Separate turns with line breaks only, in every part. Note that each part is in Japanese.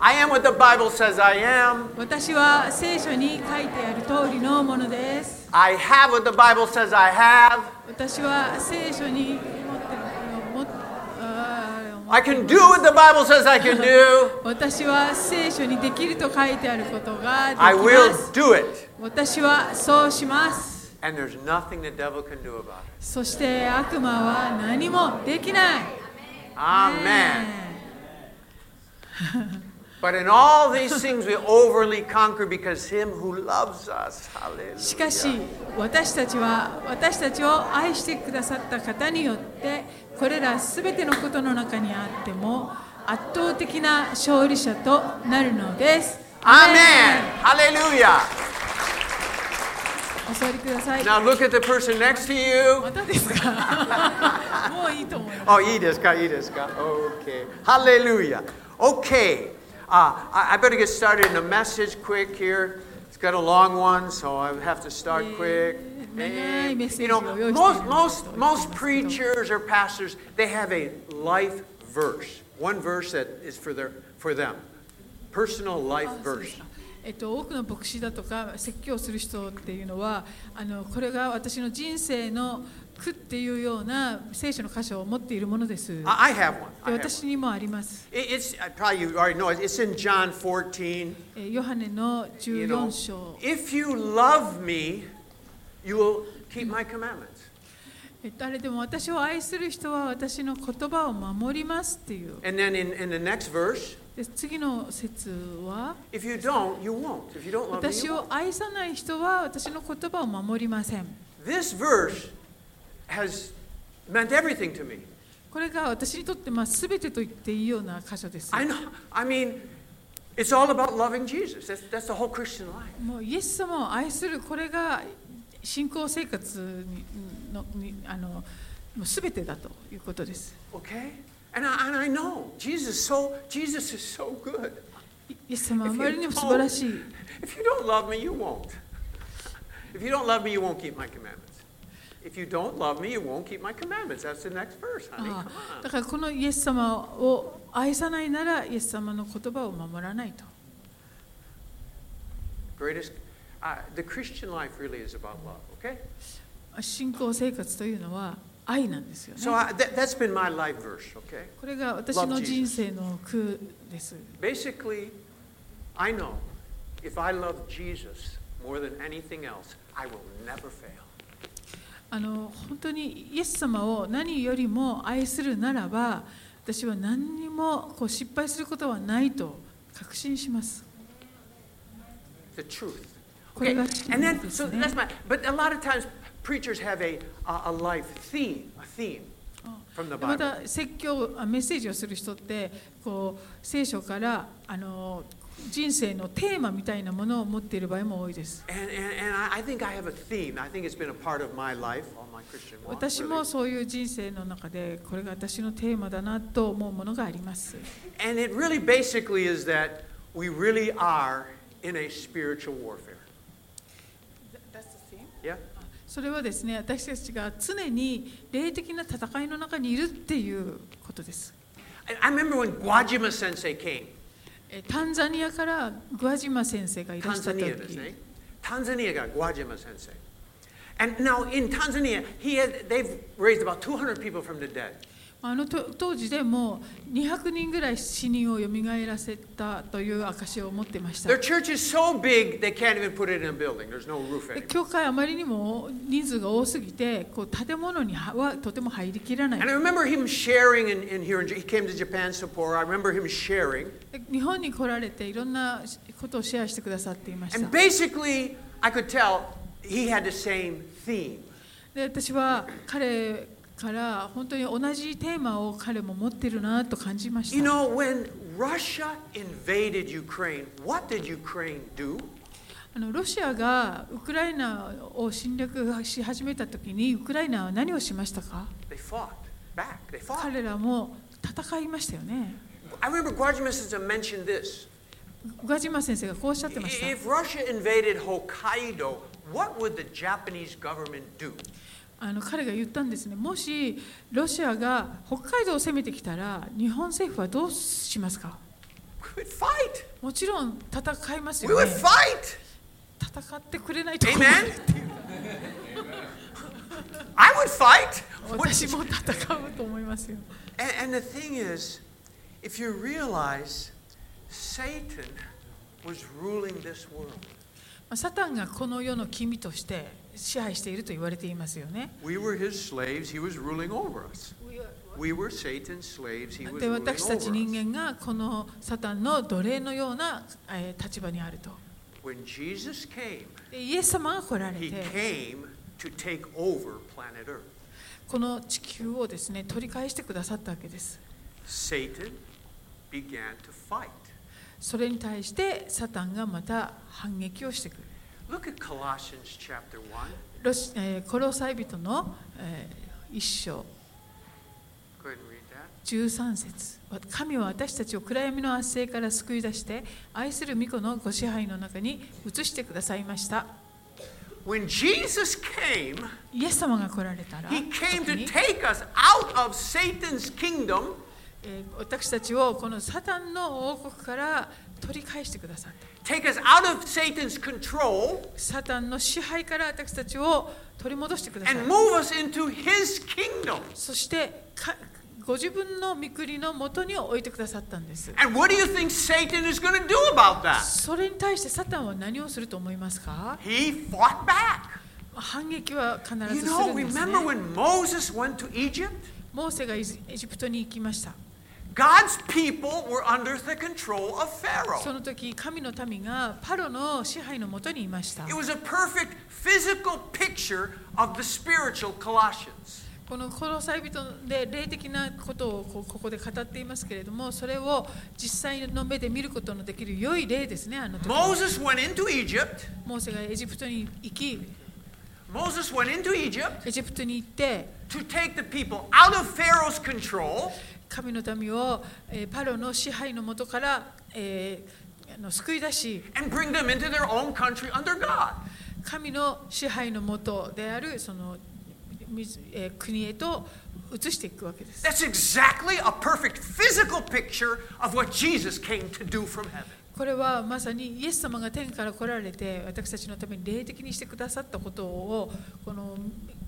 I am what the Bible says I am.
私は聖書に書いてある通りのものです。
I have what the Bible says I have.
私は聖書に持ってるものあ
I can do what the Bible says I can do.
私は聖書にできると書いてあることができ
I
ま
will
す。
do it.
私はそうします。
And there's nothing the devil can do about it.
そして悪魔は何もできない。
Amen. But in all these things we overly conquer because him who loves us.
しかし
Hallelujah.
私たちは私たちを愛してくださった方によってこれらすべてのことの中にあっても圧倒的な勝利者となるのです。
Amen. Hallelujah.
お座りください。
Now look at the person next to you.
またですか もういいと思います。
Oh, いいですかいいですか Okay. Hallelujah. Okay. Uh, I, I better get started in the message quick here. It's got a long one, so I have to start quick.
長いメッセ
You
ージを
know,
用意しています
most, most, most preachers or pastors, they have a life verse. One verse that is for, their, for them. Personal life
あそうです
verse.
かえっと、多くの牧師だとか説教する人っていうのはあのこれが私の人生の苦っていうような聖書の箇所を持っているものです。で
I, I have one. I have one.
私にもあります。
It- It's I probably you already know it. It's in John 14.
えーヨハネの
You know,
14章。
if you love me, you will keep my commandments.
え誰でも私を愛する人は私の言葉を守りますっていう。
And then in, in the next verse,
で次の説は
if you don't, you won't. If you don't love me,
私
you won't.
を愛さない人は私の言葉を守りません。
This verse has meant everything to me.
これが私にとってまあ全てと言っていいような箇所です。
I know. I mean, it's all about loving Jesus. That's, that's the whole Christian life.
もうイエス様を愛するこれが信仰生活にのにあのもう全てだということです。
Okay? And I, and I know Jesus so Jesus is so good.
イエス様は
If
あ
you
まりにも素晴らしい。
don't- If you don't love me, you won't. If you don't love me, you won't keep my commandments. If you don't love me, you won't keep my commandments. That's the next verse, honey. Come
ああ
on.
だからこのイエス様を愛さないならイエス様の言葉を守らないと
Greatest. Uh, the Christian life really is about love. Okay.
信仰生活というのは愛なんですよ
So I,
ね
that, that's been my life verse. Okay.
これが私の人生の苦です、
Basically, I know if I love Jesus more than anything else, I will never fail.
あの本当にイエス様を何よりも愛するならば私は何にもこう失敗することはないと確信します
The truth.
こ
Okay.
れが真
And
理
then,
で
so
す
that's
ね
my. But a lot of times, preachers have a a, a life theme, a theme from the
でま
Bible.
た説教あメッセージをする人ってこう聖書からあの人生のテーマみたいなものを持っている場合も多いです
And, and, and I I think I have a theme. I think it's been a part of my life, all my Christian walk.
私も
really.
そういう人生の中でこれが私のテーマだなと思うものがあります。
And it really basically is that we really are in a spiritual warfare. Yeah?
それはですね私たちが常に霊的な戦いの中にいるっていうことです。
I, I remember when Guajima sensei came,
えタンザニアからグアジマ先生がいらっしゃった
Tanzania, his
時
name. Tanzania got Guajima sensei. And now in Tanzania, he had, they've raised about 200 people from the dead.
あのと当時でも200人ぐらい死人をよみがえらせたという証を持ってました
Their。church is so big, they can't even put it in a building. There's no roof
で
anymore.
教会あまりにも人数が多すぎてこう建物にははとても入りきらない
And I remember him sharing in, in here. In, J- he came to Japan, Sapporo. I remember him sharing.
日本に来られていろんなことをシェアしてくださっていました
And。basically, I could tell he had the same theme.
で私は彼から本当に同じテーマを彼も持ってるなと感じまし
You
た。
know, when Russia invaded Ukraine, what did Ukraine do?
あのロシアがウクライナを侵略し始めた時にウクライナは何をしましたか
They fought back. They fought.
彼らも戦いましたよね。
I remember Guajimasiza mentioned this.
宇賀島先生がこうおっしゃってました。
If Russia invaded Hokkaido, what would the Japanese government do?
あの彼が言ったんですね。もしロシアが北海道を攻めてきたら日本政府はどうしますか
We would fight.
もちろん戦います
We
よ、
would
ね、
fight.
戦ってくれないと思う
Amen? I would fight.
私も戦うと思いますよ
And, and the thing is, if you realize Satan was ruling this world,
まあサタンがこの世の君として支配していると言われていますよね
we were his slaves, he was ruling over us. We were Satan's slaves, he was
で
ruling
私たち
over us.
人間がこのサタンの奴隷のような、えー立場にあると
When Jesus came,
でイエス様が来られ
he
て
came to take over planet Earth.
この地球をですね取り返してくださったわけです
Satan began to fight.
それに対してサタンがまた反撃をしてくる
Look at Colossians chapter 1.
ロシ、えーコロサイ人の、えー一章
Go ahead and read that.
13節神は私たちを暗闇の圧政から救い出して愛する御子のご支配の中に移してくださいました
When Jesus came,
イエス様が来られたら
he came
時
to
に
take us out of Satan's kingdom
えー私たちをこのサタンの王国から取り返してくださった
take us out of Satan's control
サタンの支配から私たちを取り戻してください
and move us into his kingdom.
そしてかご自分の御国のもとに置いてくださったんです
And what do you think Satan is going to do about that?
それに対してサタンは何をすると思いますか
He fought back.
反撃は必
You
ずす
know,
るんです、ね
remember、when Moses went to Egypt?
モーセがイジエジプトに行きました
God's people were under the control of
そ
Pharaoh.
の時神の民がパロの支配のもとにいました
It was a perfect physical picture of the spiritual Colossians.
この殺さ人で霊的なことをこうここで語っていますけれどもそれを実際の目で見ることのできる良い例ですねあの時
Moses went into Egypt.
モーセがエジプトに行き
Moses went into Egypt
エジプトに行って
to take the people out of Pharaoh's control
神の民を、えーパロの支配のもとから、えーあの救い出し
and bring them into their own country under God.
神の支配のもとであるその、みえー国へと移していくわけです。
That's exactly a perfect physical picture of what Jesus came to do from heaven.
これはまさにイエス様が天から来られて私たちのために霊的にしてくださったことをこの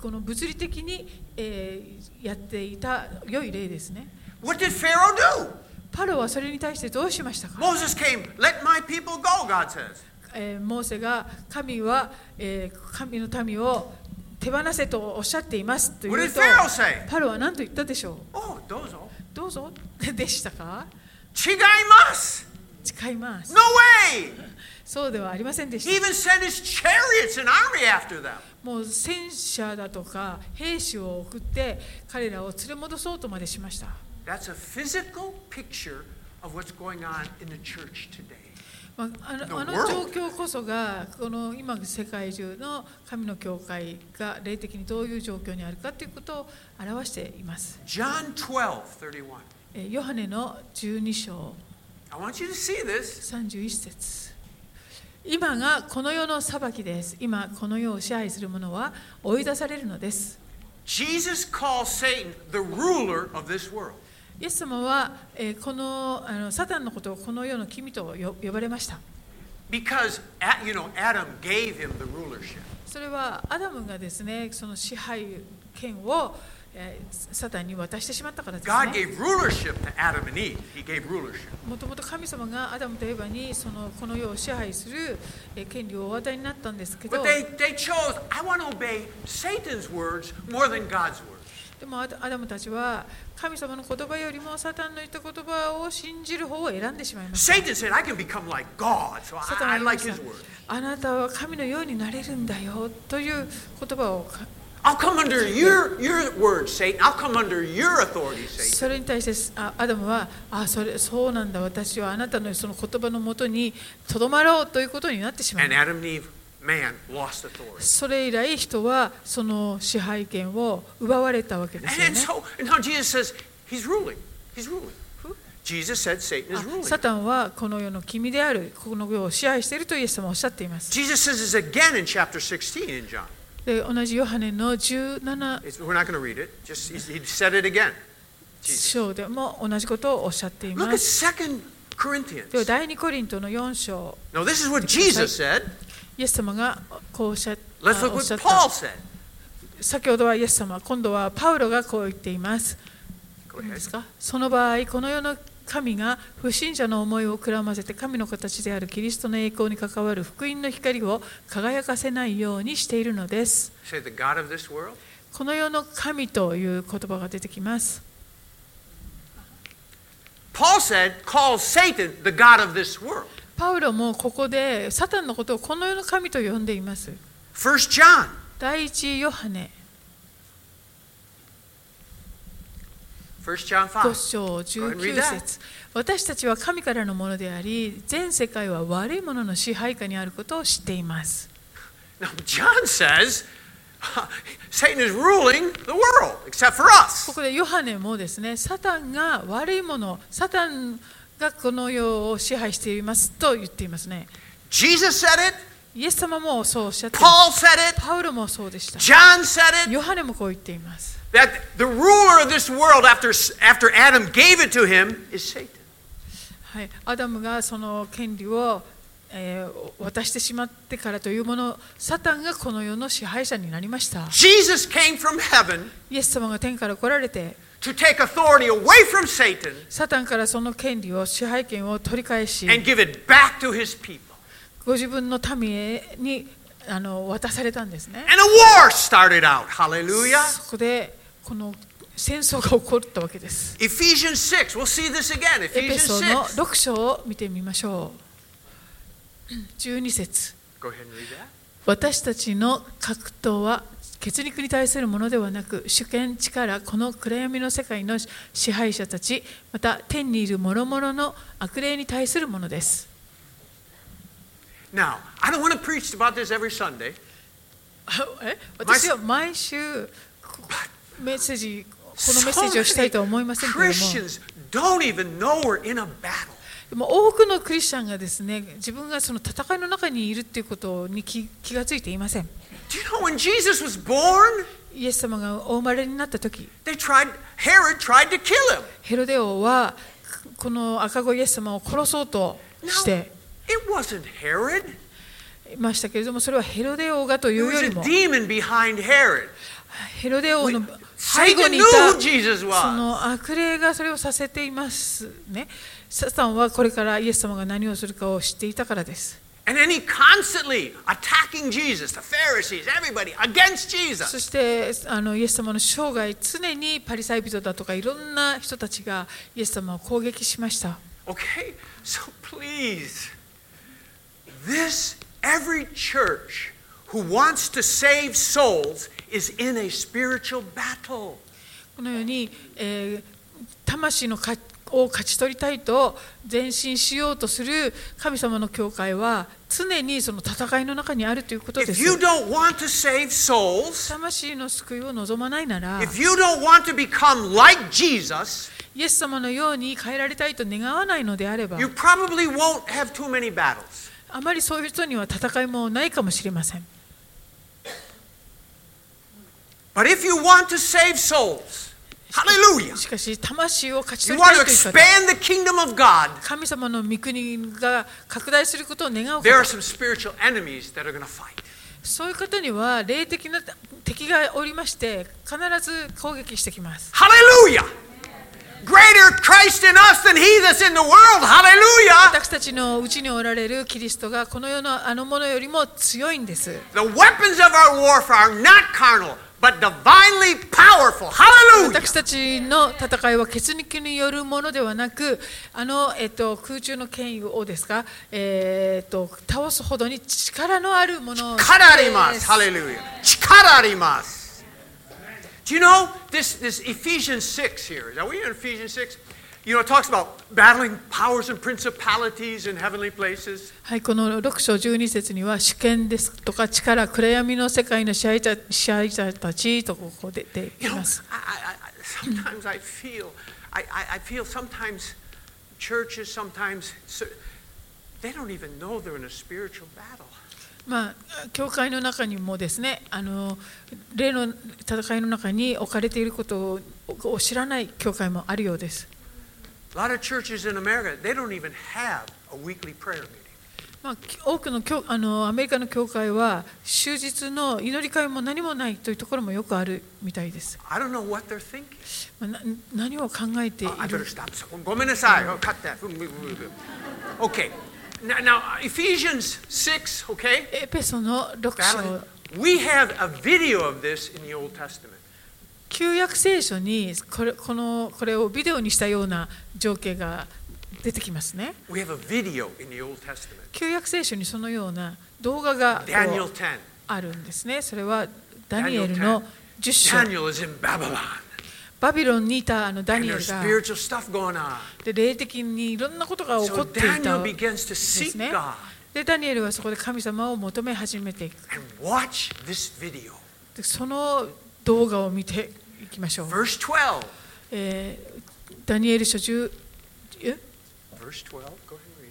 この物理的に、えーやっていた良い例ですね。
What did Pharaoh do?
パロはそれに対してどうしましたか、
Moses came, let my people go, God says.
えーモーセが神は、えー神の民を手放せとおっしゃっていますという
What
と
did Pharaoh say?
パロは何と言ったでしょ
Oh, dozo.
うどうぞ でしたか
Chigaimas!
誓います。
No way!
そうではありませんで
He
した。
even sent his chariots and army after them.
もう戦車だとか兵士を送って彼らを連れ戻そうとまでしました
That's a physical picture of what's going on in the church today.
まああ
The
のあの
world.
状況こそがこの今世界中の神の教会が霊的にどういう状況にあるかということを表しています
John 12, 31.
えーヨハネの12章
I want you to see this.
31節今がこの世の裁きです今この世を支配する者は追い出されるのです
Jesus calls Satan the ruler of this world.
イエス様は、えーこのあのサタンのことをこの世の君と呼呼ばれました
Because, at- you know, Adam gave him the rulership.
それはアダムがですねその支配権をえーサタンに渡してしまったからです
God
ね
gave rulership to Adam and Eve. He gave rulership.
もともと神様がアダムとエヴァにそのこの世を支配するえー権利をお与えになったんですけど
But they, they chose, I want to obey Satan's words more than God's words.
でもアダアダムたちは神様の言葉よりもサタンの言った言葉を信じる方を選んでしまいました
Satan said, I can become like God, so
サ
I,
タ
I
ンは
like
言いま
his
した
word.
あなたは神のようになれるんだよという言葉をか
I'll come under your, your word, Satan. I'll come under your authority, Satan.
それに対してあアダムはあそれそうなんだ私はあなたのその言葉のもとにとどまろうということになってしまう
And Adam and Eve, man, lost authority.
それ以来人はその支配権を奪われたわけです
And,
よね
and so and now Jesus says, He's ruling. He's ruling.
Who? Ah,
Jesus said Satan is
あ
ruling.
サタンはこの世の君であるこの世を支配しているとイエス様はおっしゃっています
Jesus says this again in chapter 16 in John.
で同じヨハネの17
It's, we're not going to read it. Just he, he said it again. Jesus.
章でも同じことをおっしゃってい
Look
ま
at
す
Second Corinthians.
では第二コリントの4章
Now, this is what Jesus said.
イエス様がこうおっしゃっ
Let's
あ
look
おっ
what
しゃっ
Paul
た
said.
先ほどはイエス様今度はパウロがこう言っています
Go
いいで
ahead.
すかその場合この世の神が不信者の思いをくらませて神の形であるキリストの栄光に関わる福音の光を輝かせないようにしているのです
Say the God of this world.
この世の神という言葉が出てきます
Paul said, call Satan the God of this world.
パウロもここでサタンのことをこの世の神と呼んでいます
First John.
第一ヨハネ
First John
5
5.
章19節私たちは神からのものであり全世界は悪いものの支配下にあることを知っています
Now, John says Satan is ruling the world, except for
こ
us.
こでヨハネもですねサタンが悪いものサタンがこの世を支配していますと言っていますね
Jesus said it.
イエス様もそうおっしゃっています
Paul said it.
パウロもそうでした
John said it.
ヨハネもこう言っています
That the ruler of this world, after, after Adam gave it to him, is Satan.
はい、アダムがその権利を、えー渡してしまってからというものサタンがこの世の支配者になりました
Jesus came from heaven
イエス様が天から来られて
to take authority away from Satan
サタンからその権利を支配権を取り返し
and give it back to his people.
ご自分の民へにあの渡されたんですね
And a war started out. Hallelujah.
そこでこの戦争が起こったわけです
Ephesians 6. We'll see this again.
エペ
Ephesians
ソの
6.
6章を見てみましょう12節
Go ahead and read that.
私たちの格闘は血肉に対するものではなく主権力この暗闇の世界の支配者たちまた天にいる諸々の悪霊に対するものです
Now, I don't want to preach about this every Sunday.
え私は毎週こメッセージこのメッセージをしたいとは思いませんけれども
Christians don't even know we're in a battle.
でも多くのクリスチャンがですね自分がその戦いの中にいるということに気気がついていません
Do you know when Jesus was born,
イエス様がお生まれになった時
they tried Herod tried to kill him.
ヘロデ王はこの赤子イエス様を殺そうと
No,
して
it wasn't Herod.
いましたけれどもそれはヘロデ王がとい
There
うよ
was
り
a
も
demon behind Herod.
ヘロデ王の
We-
背後にい
Satan
た
knew who Jesus was.
その悪霊がそれをさせていますねサタンはこれからイエス様が何をするかを知っていたからです
And then he constantly attacking Jesus, the Pharisees, everybody against
そ
Jesus.
してあのイエス様の生涯常にパリサイ人だとかいろんな人たちがイエス様を攻撃しました
Okay? So please, this, every church who wants to save souls is in a spiritual battle.
このように、えー魂のかを勝ち取りたいと前進しようとする神様の教会は常にその戦いの中にあるということで
If
す
you don't want to save souls,
魂の救いを望まないなら
if you don't want to become like Jesus,
イエス様のように変えられたいと願わないのであれば
you probably won't have too many battles.
あまりそういう人には戦いもないかもしれません
But if you want to save souls, hallelujah,
しかし魂を勝ち
you
取りた
want
い
to
という方
expand the kingdom of God,
神様の御国が拡大することを願う
there are
方
some spiritual enemies that are going to fight.
そういう方には霊的な敵がおりまして必ず攻撃してきます
Hallelujah! Greater Christ in us than he that's in the world. Hallelujah!
私たちのうちにおられるキリストがこの世のあのものよりも強いんです
The weapons of our warfare are not carnal, but divinely powerful. Hallelujah!
私たちの戦いは血肉によるものではなくあの、えっと、空中の権威をですか、えーっと倒すほどに力のあるものです
力あります。Hallelujah. 力あります。Do you know this, this Ephesians 6 here? Are we in Ephesians 6? You know, it talks about battling powers and principalities in heavenly places.
はい、この6章12節には主権ですとか力暗闇の世界の支配者支配者たちとここで出て
You
い
know,
ま
I,
す
I, I, sometimes I feel, I, I, I feel sometimes churches, sometimes, so- they don't even know they're in a spiritual battle.
まあ、教会の中にもですねあの例の戦いの中に置かれていることをを知らない教会もあるようです
A lot of churches in America, they don't even have a weekly prayer meeting.
まあ、き多くの教あのアメリカの教会は終日の祈り会も何もないというところもよくあるみたいです。
I don't know what they're thinking.
まあな何を考えてい
I better
る
stop. So, go minute side. Oh, cut that. Okay. Now, now, Ephesians 6, okay?
エペソの6
Battling.
章
We have a video of this in the Old Testament.
旧約聖書にこれこのこれをビデオにしたような情景が出てきますね。
We have a video in the Old Testament.
旧約聖書にそのような動画がこう
Daniel 10.
あるんですね。それはダニエルの10章。
Daniel is in Babylon.
バビロンにいたあのダ
And
ニエル
there's
が
spiritual stuff going on.
で霊的にいろんなことが起こ
So
っていた
Daniel
んで
begins to
す
seek
ね
God。
でダニエルはそこで神様を求め始めていく。
and watch this video.
でその動画を見ていきましょう。
Verse 12.
えーダニエル書10え
Verse 12. Go ahead and read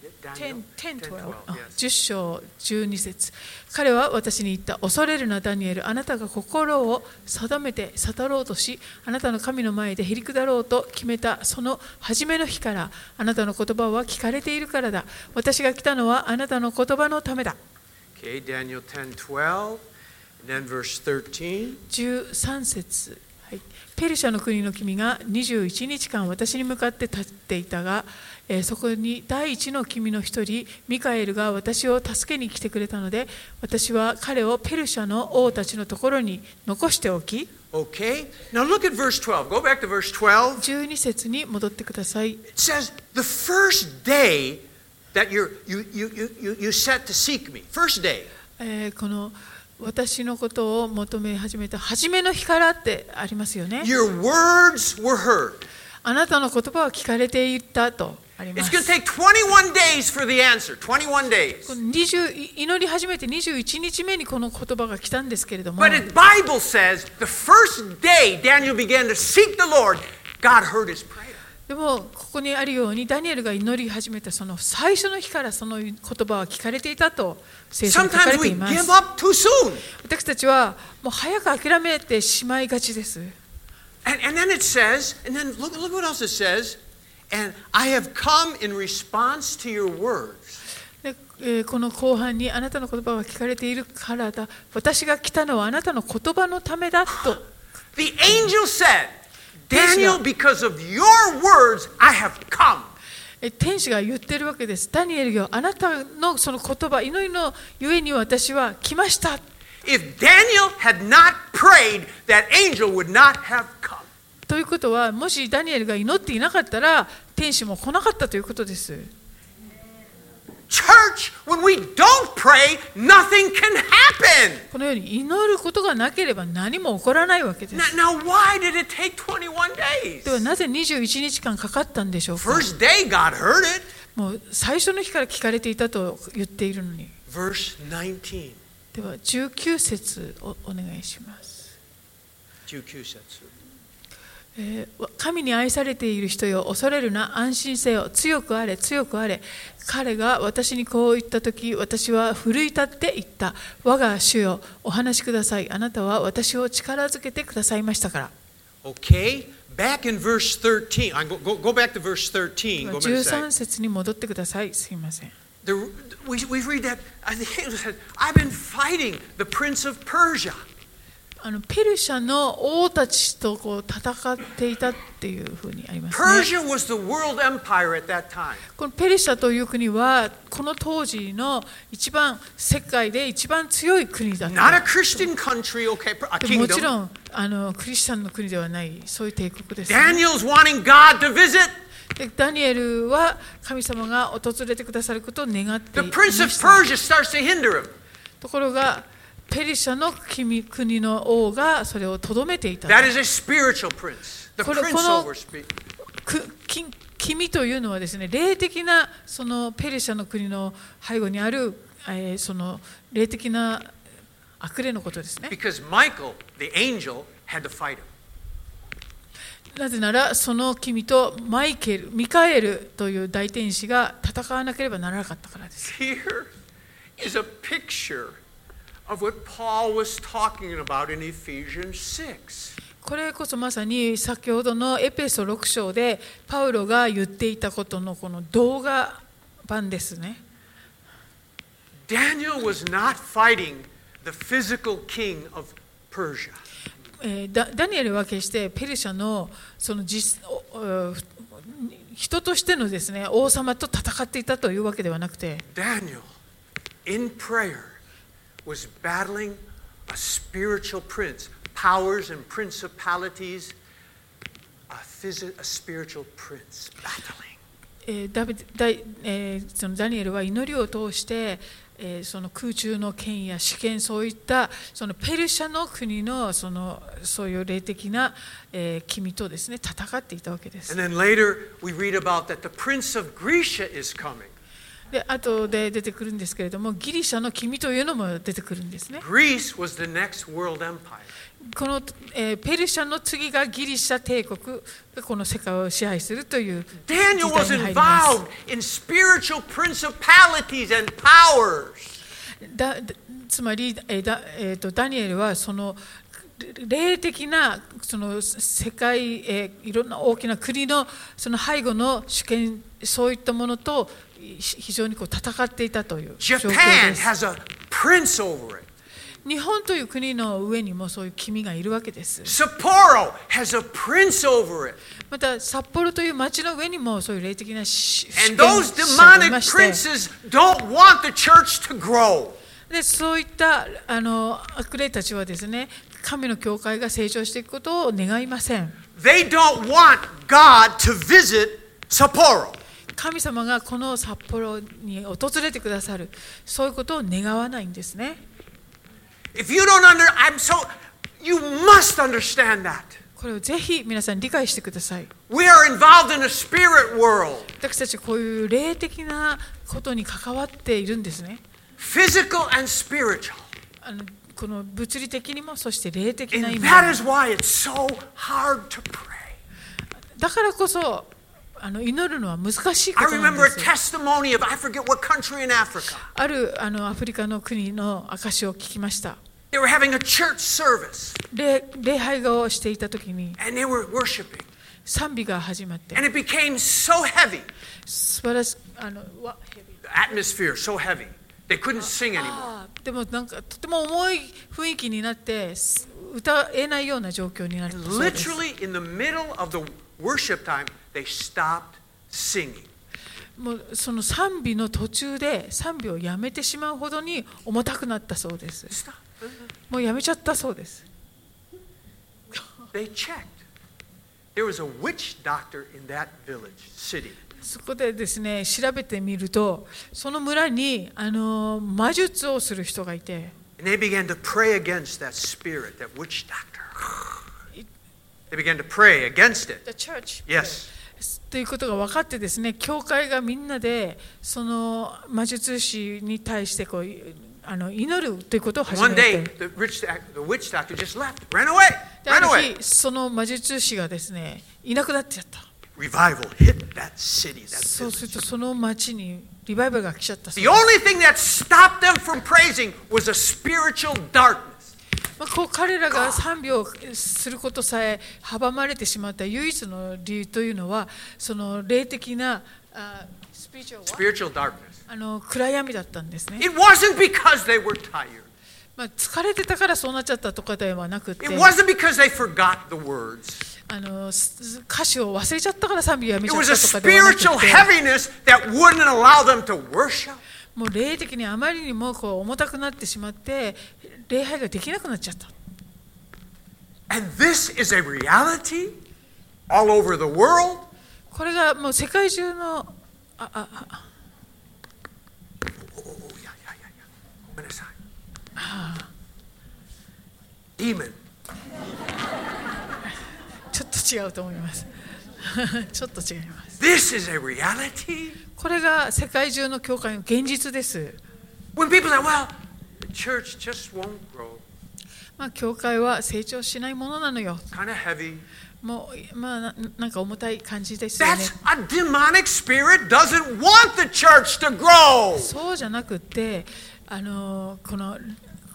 it.
10
Daniel
10 12
yes.
10章12節彼は私に言った恐れるなダニエルあなたが心を定めて悟ろうとしあなたの神の前でへりくだろうと決めたその初めの日からあなたの言葉は聞かれているからだ私が来たのはあなたの言葉のためだ
Okay, Daniel 10 12. And then verse 13.
13節、はい、ペルシャの国の君が21日間私に向かって立っていたが、えーそこに第一の君の一人ミカエルが私を助けに来てくれたので私は彼をペルシャの王たちのところに残しておき
Okay, now look at verse 12. Go back to verse 12.
12節に戻ってください
It says, The first day that you're, you, you, you, you, you set to seek me, first day.
えーこの私のことを求め始めた初めの日からってありますよね
Your words were heard.
あなたの言葉は聞かれていたとありま
It's
す
going to take 21 days for the answer. 21 days.
この20祈り始めて21日目にこの言葉が来たんですけれども
But the Bible says the first day Daniel began to seek the Lord, God heard his prayer.
でもここにあるようにダニエルが祈り始めたその最初の日からその言葉は聞かれていたと聖書に書か
Sometimes
れて
we
います
give up too soon.
私たちはもう早く諦めてしまいがちです
And, and then it says, and then look, look what else it says. And I have come in response to your words.
で、えーこの後半にあなたの言葉は聞かれているからだ私が来たのはあなたの言葉のためだと
The angel said, Daniel, because of your words, I have come.
え天使が言ってるわけですダニエルよあなたのその言葉祈りのゆえに私は来ました
If Daniel had not prayed, that angel would not have come.
ということはもしダニエルが祈っていなかったら天使も来なかったということです
Church, when we don't pray, nothing can happen.
このように祈ることがなければ何も起こらないわけです
Now, now why did it take 21
では
days?
なぜ21日間かかったんでしょうか
First day, God heard it.
もう最初の日から聞かれていたと言っているのに
Verse 19.
では19節をお願いします、
19節
えー神に愛されている人よ恐れるな安心せよ強くあれ強くあれ彼が私にこう言った時私は奮い立って言った我が主よお話しくださいあなたは私を力づけてくださいましたから
Okay, back in verse 13. I go, go, go back to verse 13. Go back a
13
second.
節に戻ってくださいすいません
The, we, we read that. I think it said, I've been fighting the prince of Persia.
あのペルシャの王たちとこう戦っていたっていうふうにあります、ね、
Persia was the world empire at that time.
このペルシャという国はこの当時の一番世界で一番強い国だっ
Not a
た
Christian country, okay, a
でもち
kingdom.
ろんあのクリスチャンの国ではないそういう帝国です、ね、
Daniel's wanting God to visit.
でダニエルは神様が訪れてくださることを願ってい
The
ま
prince of
した
Persia starts to hinder him.
ところがペルシャの君国の王がそれをとどめていた
That is a spiritual prince. The
これ、
prince
この-
over speak.
くき君というのはですね霊的なそのペルシャの国の背後にある、えーその霊的な悪霊のことですね
Because Michael, the angel, had to fight him.
なぜならその君とマイケルミカエルという大天使が戦わなければならなかったからです
Here is a picture of what Paul was talking about in Ephesians 6.
これこそまさに先ほどのエペソ6章でパウロが言っていたことのこの動画版ですね。
Daniel was not fighting the physical king of Persia.
えーダダニエルは決してペルシャのその実おお人としてのですね王様と戦っていたというわけではなくて
Daniel, in prayer, was battling a spiritual prince, powers and principalities, a, physi- a spiritual prince battling.
えーダビデダイえーそのダニエルは祈りを通して、えーその空中の権威や主権そういったそのペルシャの国のそのそういう霊的な、えー君とですね戦っていたわけです
And。then later, we read about that the prince of Grecia is coming.
で後で出てくるんですけれどもギリシャの君というのも出てくるんですね。
Greece was the next world empire.
この、えーペルシャの次がギリシャ帝国がこの世界を支配するという時代に
Daniel was
入ります
involved in spiritual principalities and powers.
だだつまり、えーだえーとダニエルはその霊的なその世界、えーいろんな大きな国のその背後の主権そういったものとい非常にこう戦っていたという状況
Japan
です
has a prince over it.
日本という国の上にもそういう君がいるわけです
Sapporo has a prince over it.
また札幌という町の上にもそういう霊的なし主
And
権者
those
がい
demonic
まして
princes don't want the church to grow.
でそういったあの悪霊たちはですね神の教会が成長していくことを願いません
They don't want God to visit Sapporo.
神様がこの札幌に訪れてくださるそういうことを願わないんですね
If you don't under, I'm so, you must understand that.
これをぜひ皆さん理解してください
We are involved in a spirit world.
私たちこういう霊的なことに関わっているんですね
physical and spiritual.
あのこの物理的にもそして霊的な意
And
味
that is why it's so hard to pray.
だからこそあの祈るのは難しいこ
I
となんで
remember a
す
testimony of I forget what country in Africa.
あるあのアフリカの国の証を聞きました
They were having a church service
礼礼拝をしていた時に
and they were worshiping.
賛美が始まって
And it became so heavy,
素晴らしあのわ
the atmosphere so heavy. They couldn't sing anymore.
あーでもなんかとても重い雰囲気になってす歌えないような状況になる
And
そうです
literally in the middle of the worship time, they stopped singing.
もうその賛美の途中で賛美をやめてしまうほどに重たくなったそうです
Stop.
もうやめちゃったそうです
They checked. There was a witch doctor in that village, city.
そこでですね調べてみるとその村にあの魔術をする人がいて
And they began to pray against that spirit, that witch doctor. They began to pray against it.
The church
Yes.
ということが分かってですね教会がみんなでその魔術師に対してこうあの祈るということを始
One
め
day,
て
the, rich, the witch doctor just left, ran away,
であ
ran
る
away.
日その魔術師がですねいなくなっちゃった。
Revival hit that city. That
そう
village.
するとその町にリバイバルが来ちゃったそう
The only thing that stopped them from praising was a spiritual darkness.
まあ、こう彼らが賛美をすることさえ阻まれてしまった唯一の理由というのはその霊的なあスピリチュアルは
Spiritual darkness.
あの暗闇だったんですね、
It wasn't because they were tired.
まあ、疲れてたからそうなっちゃったとかではなくて
It wasn't because they forgot the words.
あのす歌詞を忘れちゃったから賛美をやめ
It
ちゃっ
was a
たとかではなく
spiritual
て
heaviness that wouldn't allow them to worship.
もう霊的にあまりにもこう重たくなってしまって礼拝ができなくなっちゃった
And this is a reality all over the world.
これがもう世界中のあああ
Oh, oh, oh, yeah, yeah, yeah, yeah. Minasai. Demon.
ちょっと違うと思います ちょっと違います
This is a reality.
これが世界中の教会の現実です、
When people say, well, the church just won't grow,
まあ、教会は成長しないものなのよ
kind of heavy.
もうまあななんか重たい感じですよね
That's a demonic spirit doesn't want the church to grow.
そうじゃなくてあのこの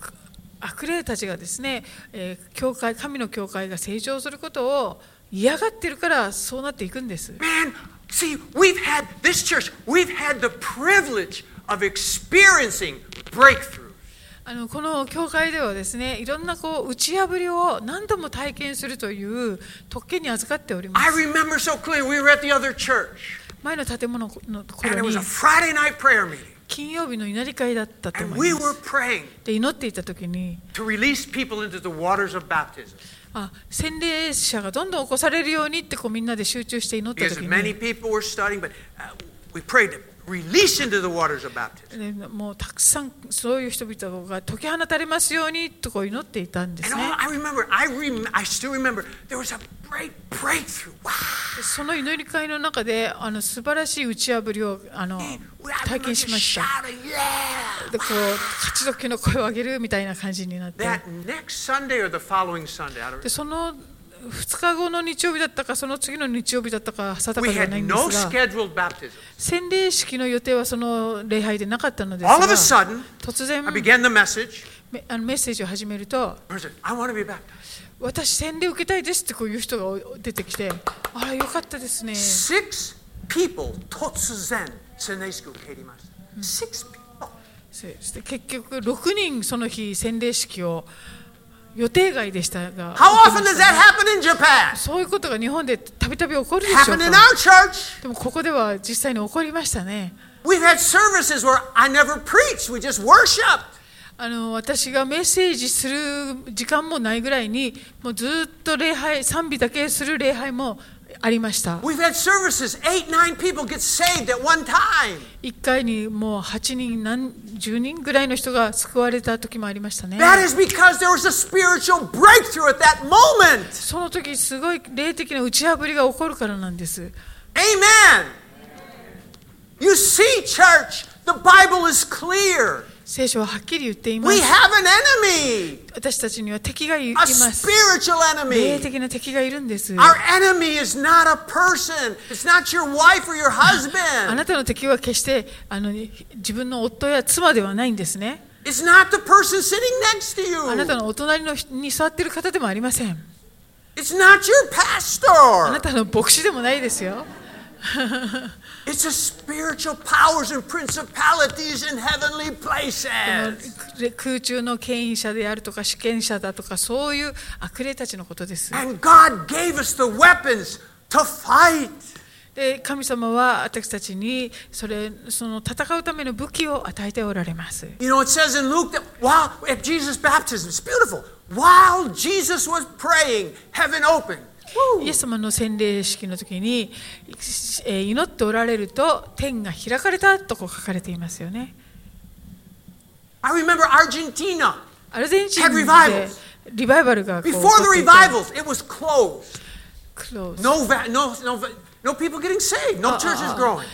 く悪霊たちがですね、えー教会神の教会が成長することを嫌がってるからそうなっていくんです
Man, see, we've had this church, we've had the privilege of experiencing breakthroughs.
あのこの教会ではですねいろんなこう打ち破りを何度も体験するという特権に預かっておりま
I
す
remember so clearly, we were at the other church,
前の建物のとこ
and it
ろ
was
に
a Friday night prayer meeting.
金曜日の祈り会だったと
And
思い
we
ま
were
す
praying
で祈っていた時に
to release people into the waters of baptism.
あ洗礼者がどんどん起こされるようにってこうみんなで集中して祈った
Because
時
many
に
people were studying, but uh, we prayed to release into the waters of baptism.
でもうたくさんそういう人々が解き放たれますようにとこう祈っていたんで
And
す
all,
ね
I remember, I, rem- I still remember, there was a great breakthrough. Wow.
でその祈り会の中であの素晴らしい打ち破りをあの
I remember
体
just
験しました
shouting, yeah.
でこう勝ち時の声を上げるみたいな感じになって
That next Sunday or the following Sunday, I don't
でその2日後の日曜日だったかその次の日曜日だったか定か
We
では
had
ないんで
no
すが
scheduled baptism.
洗礼式の予定はその礼拝でなかったのです
All
が
of a sudden,
突然
I began the message.
めあのメッセージを始めると
I said, I want to be baptized.
私洗礼受けたいですってこういう人が出てきてあらよかったですね
Six people, totsuzen, senesku keirimashita. Six people.
せで結局6人その日洗礼式を予定外でしたが
How
受けま
often does
した
that
ね
happen in Japan?
そういうことが日本でたびたび起こるでしょう
Happened
か
in our church.
でもここでは実際に起こりましたね
We've had services where I never preached, we just worshiped.
あの私がメッセージする時間もないぐらいにもうずっと礼拝賛美だけする礼拝もありました
We've had services, eight, nine people get saved at one time.
1回にもう8人何10人ぐらいの人が救われた時もありましたね
That is because there was a spiritual breakthrough at that moment.
その時すごい霊的な打ち破りが起こるからなんです
Amen. You see, church, the Bible is clear.
聖書ははっきり言っていま
We
す
have an enemy,
私たちには敵がいいま
a
す
spiritual
霊
enemy.
的な敵がいるんです
Our
あ
enemy is not a person. It's not your wife or your husband.
なたの敵は決してあの自分の夫や妻ではないんですね
It's not the person sitting next to
あなた
you.
のお隣の人に座ってる方でもありません
It's not your
あな
pastor.
たの牧師でもないですよ。
It's the spiritual powers and principalities in heavenly
こ
places.
の空中の権威者であるとか、主権者だとか、そういう悪霊たちのことです。
And God gave us the weapons to fight.
で、神様は私たちにそれその戦うための武器を与えておられます。
You know, it says in Luke that while at Jesus' baptism, it's beautiful. While Jesus was praying, heaven opened.
イエス様の洗礼式の時に、えー祈っておられると天が開かれたとこう書かれていますよね。
I remember Argentina.
アルゼンチン
Had
で
revivals.
リバイバルがこ
Before
う起
the
こっていた
revivals, it was closed.
Close.
No, va- no, no, va- no people getting saved. No churches growing.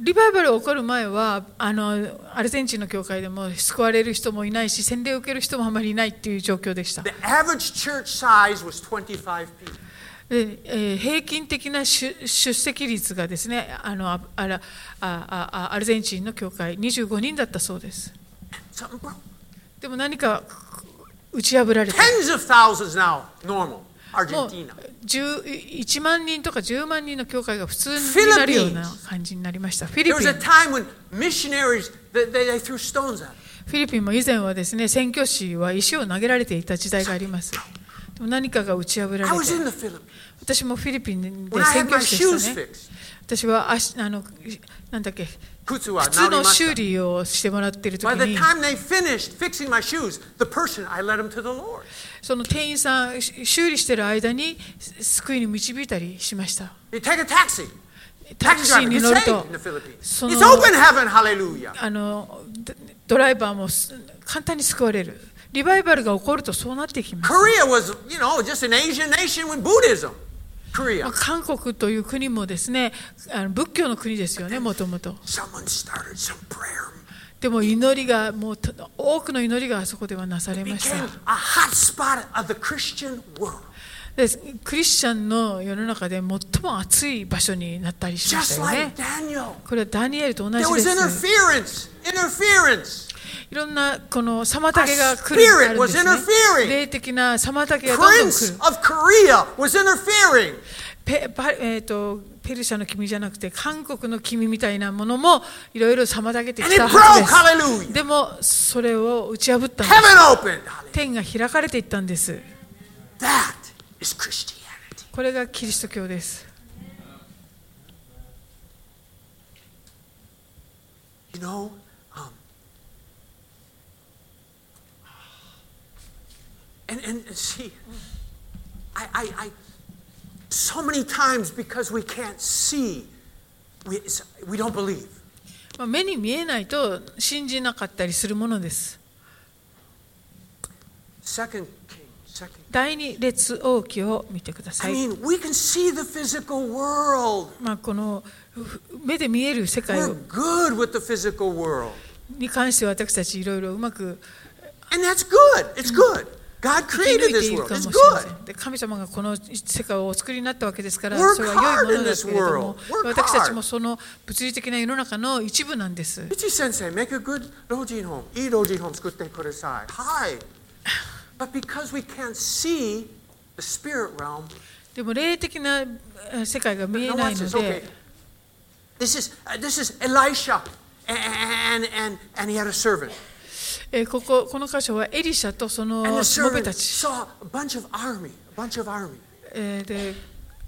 リバイバルが起こる前はあのアルゼンチンの教会でも救われる人もいないし洗礼を受ける人もあまりいないっていう状況でした
The average church size was 25 people.
で、えー平均的な出出席率がですねあのああらあああアルゼンチンの教会25人だったそうです
Something broke.
でも何か打ち破られた
Tens of thousands now, normal.
もう
Argentina.
10 1万人とか10万人の教会が普通になるような感じになりましたフィリ
There
ピ
was
ン
a time when missionaries, they, they, they threw stones at us.
フィリピンも以前はですね宣教師は石を投げられていた時代があります。でも何かが打ち破られ
I was in
て、
the Philippines.
私もフィリピンで
When I
宣
had my
教師で
shoes
したね。
fixed,
私は足あのなんだっけ
Kutsu は
靴の
治りました
修理をしてもらっている時
By the
に、
time they finished fixing my shoes, the person I led him to the Lord.
その店員さんし修理してる間に救いに導いたりしました。
You take a taxi.
タク
Taxi
シー
driver
に
get
乗る
saved
と
in the、Philippines.
その
It's open heaven, hallelujah.
あのドドライバーもす簡単に救われる。リバイバルが起こるとそうなってきます。
Korea was, you know, just an Asian nation with Buddhism.
ま
Korea.
あ韓国という国もですねあの仏教の国ですよねもともと
Someone started some prayer.
でも祈りがもうと多くの祈りがあそこではなされました
Became a hot spot of the Christian world.
でクリスチャンの世の中で最も熱い場所になったりしまし
Just
たよね
like Daniel.
これはダニエルと
There
同じで
was
す
interference. Interference.
いいろんなこの妨げが
A
来る
spirit
あるんです
was interfering.
ね。霊的な妨げがどんどん来
Prince
る。
of Korea was interfering.
ペパえー、とペルシャの君じゃなくて韓国の君みたいなものもいろいろ妨げてき
And it
た
broke.
は
Hallelujah.
ずです。でもそれを打ち破ったんです。
Heaven opened. Hallelujah.
天が開かれていったんです。
That is Christianity.
これがキリスト教です。
You know, um, and, and and see, I, I, I, so many times because we can't see, we, we don't believe.
まあ、目に見えないと信じなかったりするものです。
Second King, second.
第二列王記を見てくださ
I
い。
mean, we can see the physical world.
まあ、このふ目で見える世界
We're
を
good with the physical world.
に関しては私たちいろいろうまく
And that's good. It's good. God
生き抜
created
いて
this
いる
world.
かも
It's
しれ
good.
ません。で神様がこの世界をお作りになったわけですから、
Work
それは良いものですけれど
hard
も
in this world. Work hard.、
私たちもその物理的な世の中の一部なんです。
Ichi sensei, make a good Rojin home. I Rojin home, skute kudasai. Hi. But because we can't see the spirit realm,
でも霊的なえー世界が見え
no
ない
one
の
says,
で
okay.、This is, uh, this is Elisha. And, and, and he had a servant.
えーこここの箇所はエリシャとその
And the
しもべ
servant
たち、
saw a bunch of army, a bunch of army.
えーで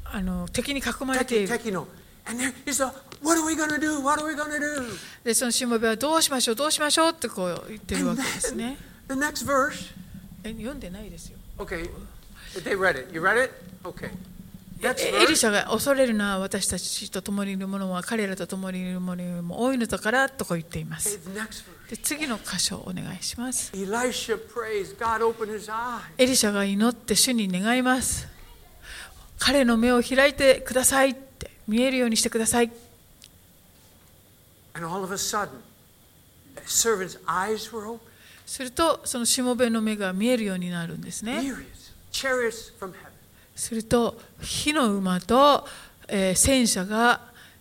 あの敵に囲まれ
Teki,
ている
teki no. And there, he said, what are we going to do? What are we going to do?
でそのしもべはどうしましょうどうしましょうってこう言ってるわ
And
けですね
then。the next verse.
え読んでないですよ。
Okay, they read it. You read it? Okay.
え
Next
エリ
verse.
シャが恐れるな私たちと共にいる者は彼らと共にいる者も多いのだからとか言っていま
Okay,
す
the next verse.
で次の箇所お願いします
Elisha prays. God opened his eyes.
エリシャが祈って主に願います彼の目を開いてくださいって見えるようにしてください
And all of a sudden, the servant's eyes were open.
するとそのしもべの目が見えるようになるんですね
Myriads, chariots from heaven.
すると火の馬と、えー戦車が、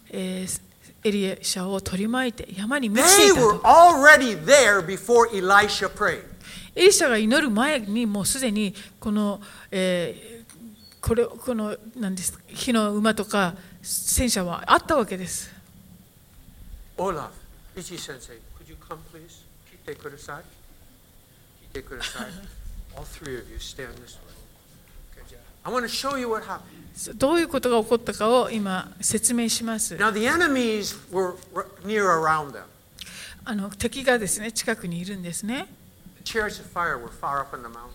えーエリシャを取り巻いて山に満
They
ちていた
were
と
already there before Elisha prayed.
エリシャが祈る前にもうすでにこの、えーこれこのなんです火の馬とか戦車はあったわけです。
Olaf, Ichi sensei, could you come please? Kite kudasai. Kite kudasai. All three of you stand this way. Okay. I want to show you what happened.
どういうことが起こったかを今説明します。
Now the enemies were r- near around them.
あの敵がですね近くにいるんですね。
The chariots of fire were far up on the mountain.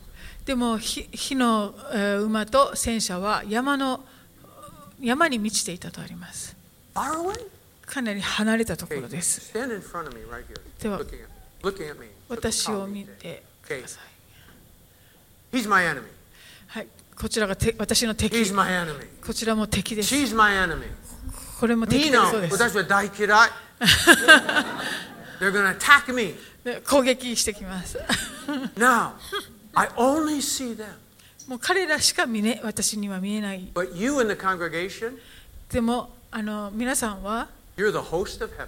でも火火の、えー馬と戦車は山の山に満ちていたとあります。
Far away?
かなり離れたとこ
Okay,
ろです。
stand in front of me right here.
では、
Looking at, looking at me. Look
私を
how me
見
did.
てください。
He's my enemy.
はい、こちらがて私の敵
He's。my enemy.
こちらも敵です。
She's my enemy.
これも敵
Nino,
だそうです
that's what Daikirai. They're going to attack me.
で攻撃してきます
Now, I only see them.
もう彼らしか見、ね、私には見えない
But you in the congregation,
でもあの皆さんは
you're the host of heaven.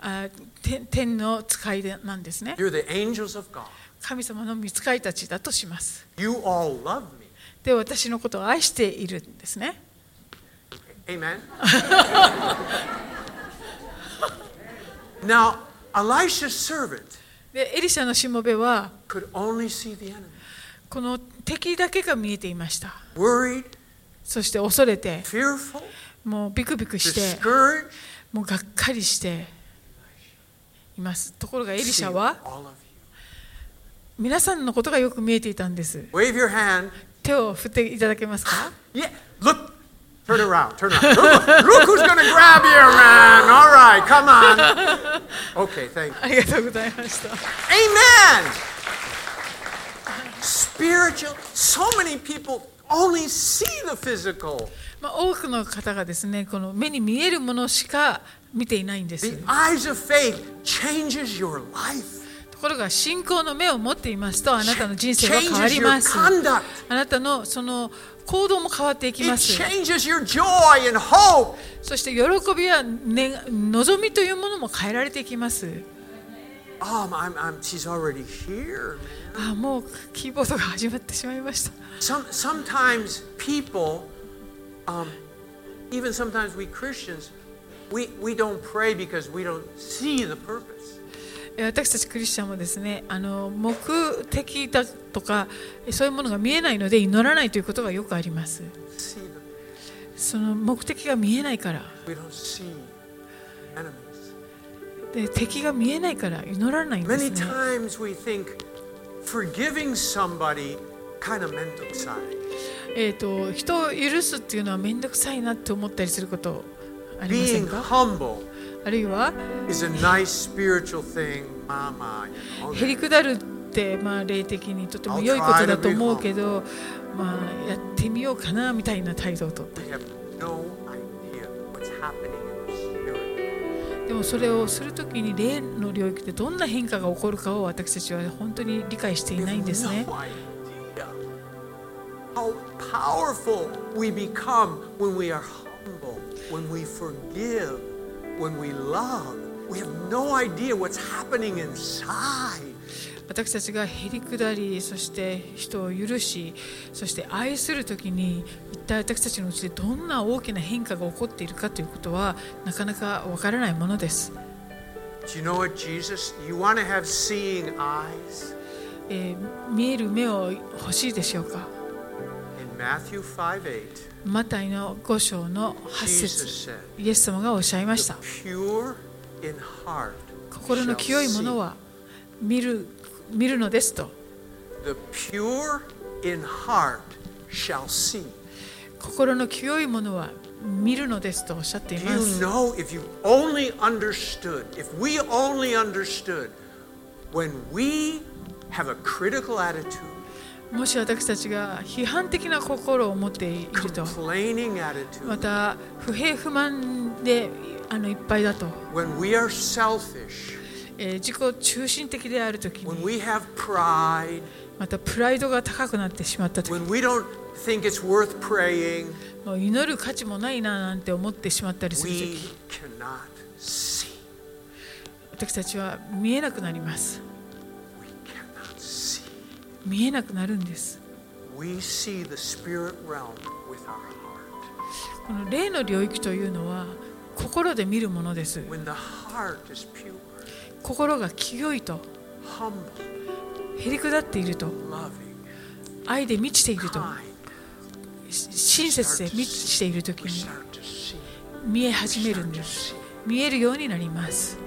あ天天の使いでなんですね
You're the angels of God.
神様の御使いたちだとします
You all love me.
で私のことを愛しているんですね
Amen. now, Elisha's servant
でエリシャのしもべは
could only see the enemy.
この敵だけが見えていました
Worried,
そして恐れて
fearful,
もうビクビクして
discouraged.
もうがっかりしていますところがエリ
See
シャ
all
は
of you.
皆さんのことがよく見えていたんです
Wave your hand.
手を振っていただけま すか
Yeah, look. Turn around. Turn around. Look, look who's going to grab you, man. All right, come on. Okay, thank you.
ありがとうございました。
Amen. Spiritual. So many people only see the physical.
まあ、多くの方がですね、この目に見えるものしか見ていないんです。
The eyes of faith changes your life.
ところが信仰の目を持っていますと、あなたの人生は変わ
changes
り
your
ます。
conduct.
あなたのその行動も変わっていき
It
ます。
changes your joy and hope.
そして喜びや、ね、望みというものも変えられていきます。
Oh, I'm, I'm, she's already here. man.
あもうキーボードが始まってしまいました
Some, sometimes people, um, even sometimes we Christians, we, we don't pray because we don't see the purpose.
えー私たちクリスチャンもですねあの目的だとかえそういうものが見えないので祈らないということがよくあります
See the,
その目的が見えないから
we don't see enemies.
で敵が見えないから祈らないんで
Many
すね
times we think forgiving somebody kind of meant to side.
えー、と人を許すっていうのは面倒くさいなって思ったりすることありませ
Being
んか
humble
あるいは
is a nice spiritual thing, mama. You know,
へりくだるって、まあ、霊的にとても良いことだと思うけど、まあ、やってみようかなみたいな態度をとっ
we have no idea what's happening in the spirit.
たでもそれをする時に霊の領域でどんな変化が起こるかを私たちは本当に理解してい
We
ないんですね
have no idea how powerful we become when we are humble, when we forgive, when we love. We have no idea what's happening inside.
私たちがへりくだりそして人を許しそして愛する時に一体私たちのうちでどんな大きな変化が起こっているかということはなかなかわからないものです
Do you know what, Jesus? You want to have seeing eyes?
えー見える目を欲しいでしょうか
In Matthew 5 8,
マタイの5章の8
Jesus
節
said,
イエス様がおっしゃいまし
The
た
pure in heart
心の
shall
清いも
see.
のは見る見るのですと
The pure in heart shall see.
心の清いものは見るのですとおっしゃってい
Do
ま
you
す
know if you only understood, if we only understood when we have a critical attitude,
もし私たちが批判的な心を持っていると
complaining
ま
attitude,
た不平不満であのいっぱいだと、
when we are selfish,
えー自己中心的である時
when
に
we have pride,
またプライドが高くなってしまった時
when we don't think it's worth praying,
もう祈る価値もないななんて思ってしまったりする
we
時
cannot see.
私たちは見えなくなります
We cannot see.
見えなくなるんです
We see the spirit realm with our heart.
この霊の領域というのは心で見るものです
When the heart is pure,
心が清いと
humble,
へりくだっていると
loving,
愛で満ちていると
kind,
し親切で満ちている時
we
に
start to see.
見え始めるんです見えるようになります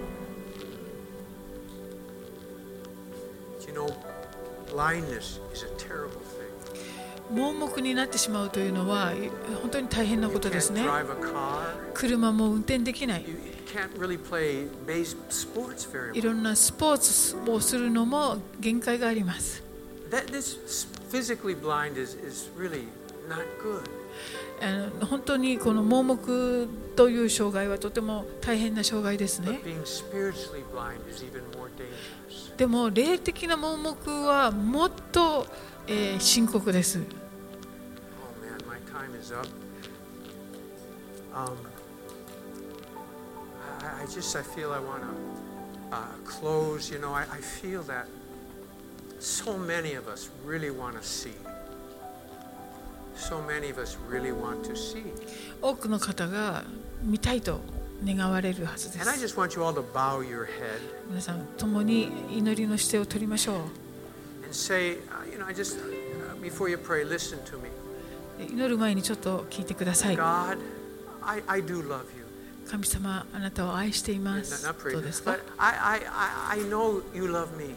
You know, blindness is a terrible thing.
盲目になってしまうというのは本当に大変なこ
You
とです
can't
ね
drive a car.
車も運転できない
You can't really play base sports very
い
well.
ろんなスポーツをするのも限界があります
That this s- physically blind is, is really not good.
あの本当にこの盲目という障害はとても大変な障害ですね
But being spiritually blind is even more dangerous.
でも霊的な盲目はもっと、えー深刻です
Oh man, my time is up. Um, I, I just I feel I want to uh, close. You know, I, I feel that so many of us really want to see. So many of us really want to see.
多くの方が見たいと願われるはずで
And I
す
just want you all to bow your head
皆さん共に祈りの姿勢を取りましょ
and say, uh, you know, I just uh, before you pray, listen to me.
う祈る前にちょっと聞いてください
God, I, I do love you.
神様あなたを愛していま
Not,
す
not pray,
どうですか
but I, I, I, I know you love me.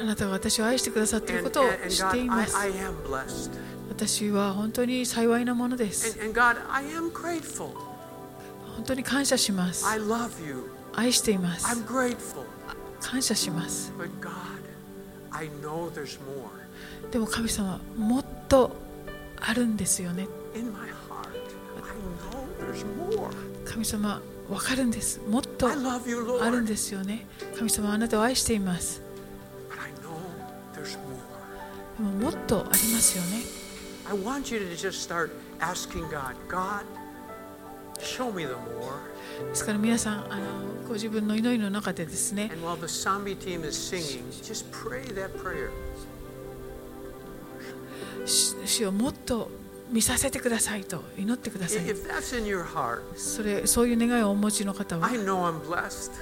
あなたが私を愛してくださっている
And,
ことを
and- and
知っ
God,
てい
I,
ます
I am blessed.
私は本当に幸いなものです
And, and God, I am grateful.
本当に感謝します
I love you.
愛していま
I'm
す
grateful.
感謝します
But God, I know there's more.
でも神様もっとあるんですよね
In my heart, I know there's more.
神様わかるんですもっと
I love you,
あるん
Lord.
ですよね神様あなたを愛しています
But I know there's more.
でももっとありますよね
I want you to just start asking God, God, Show me the war.
ですから皆さんあのご自分の祈りの中でですね
And while the Sambi team is singing, just pray that prayer.
主主をもっと見させてくださいと祈ってくだ
I-
さい
If that's in your heart,
それそういう願いをお持ちの方は
I know I'm blessed.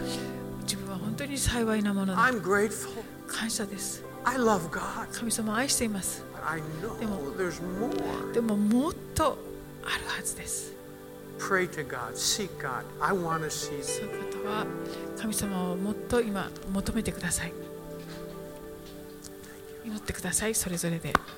自分は本当に幸いなものだ
I'm grateful.
感謝です
I love God.
神様を愛しています
But I know
Demo-
there's more.
でももっとあるはずです
Pray to God. Seek God. I want to see.
そういう方は神様をもっと今求めてください祈ってくださいそれぞれで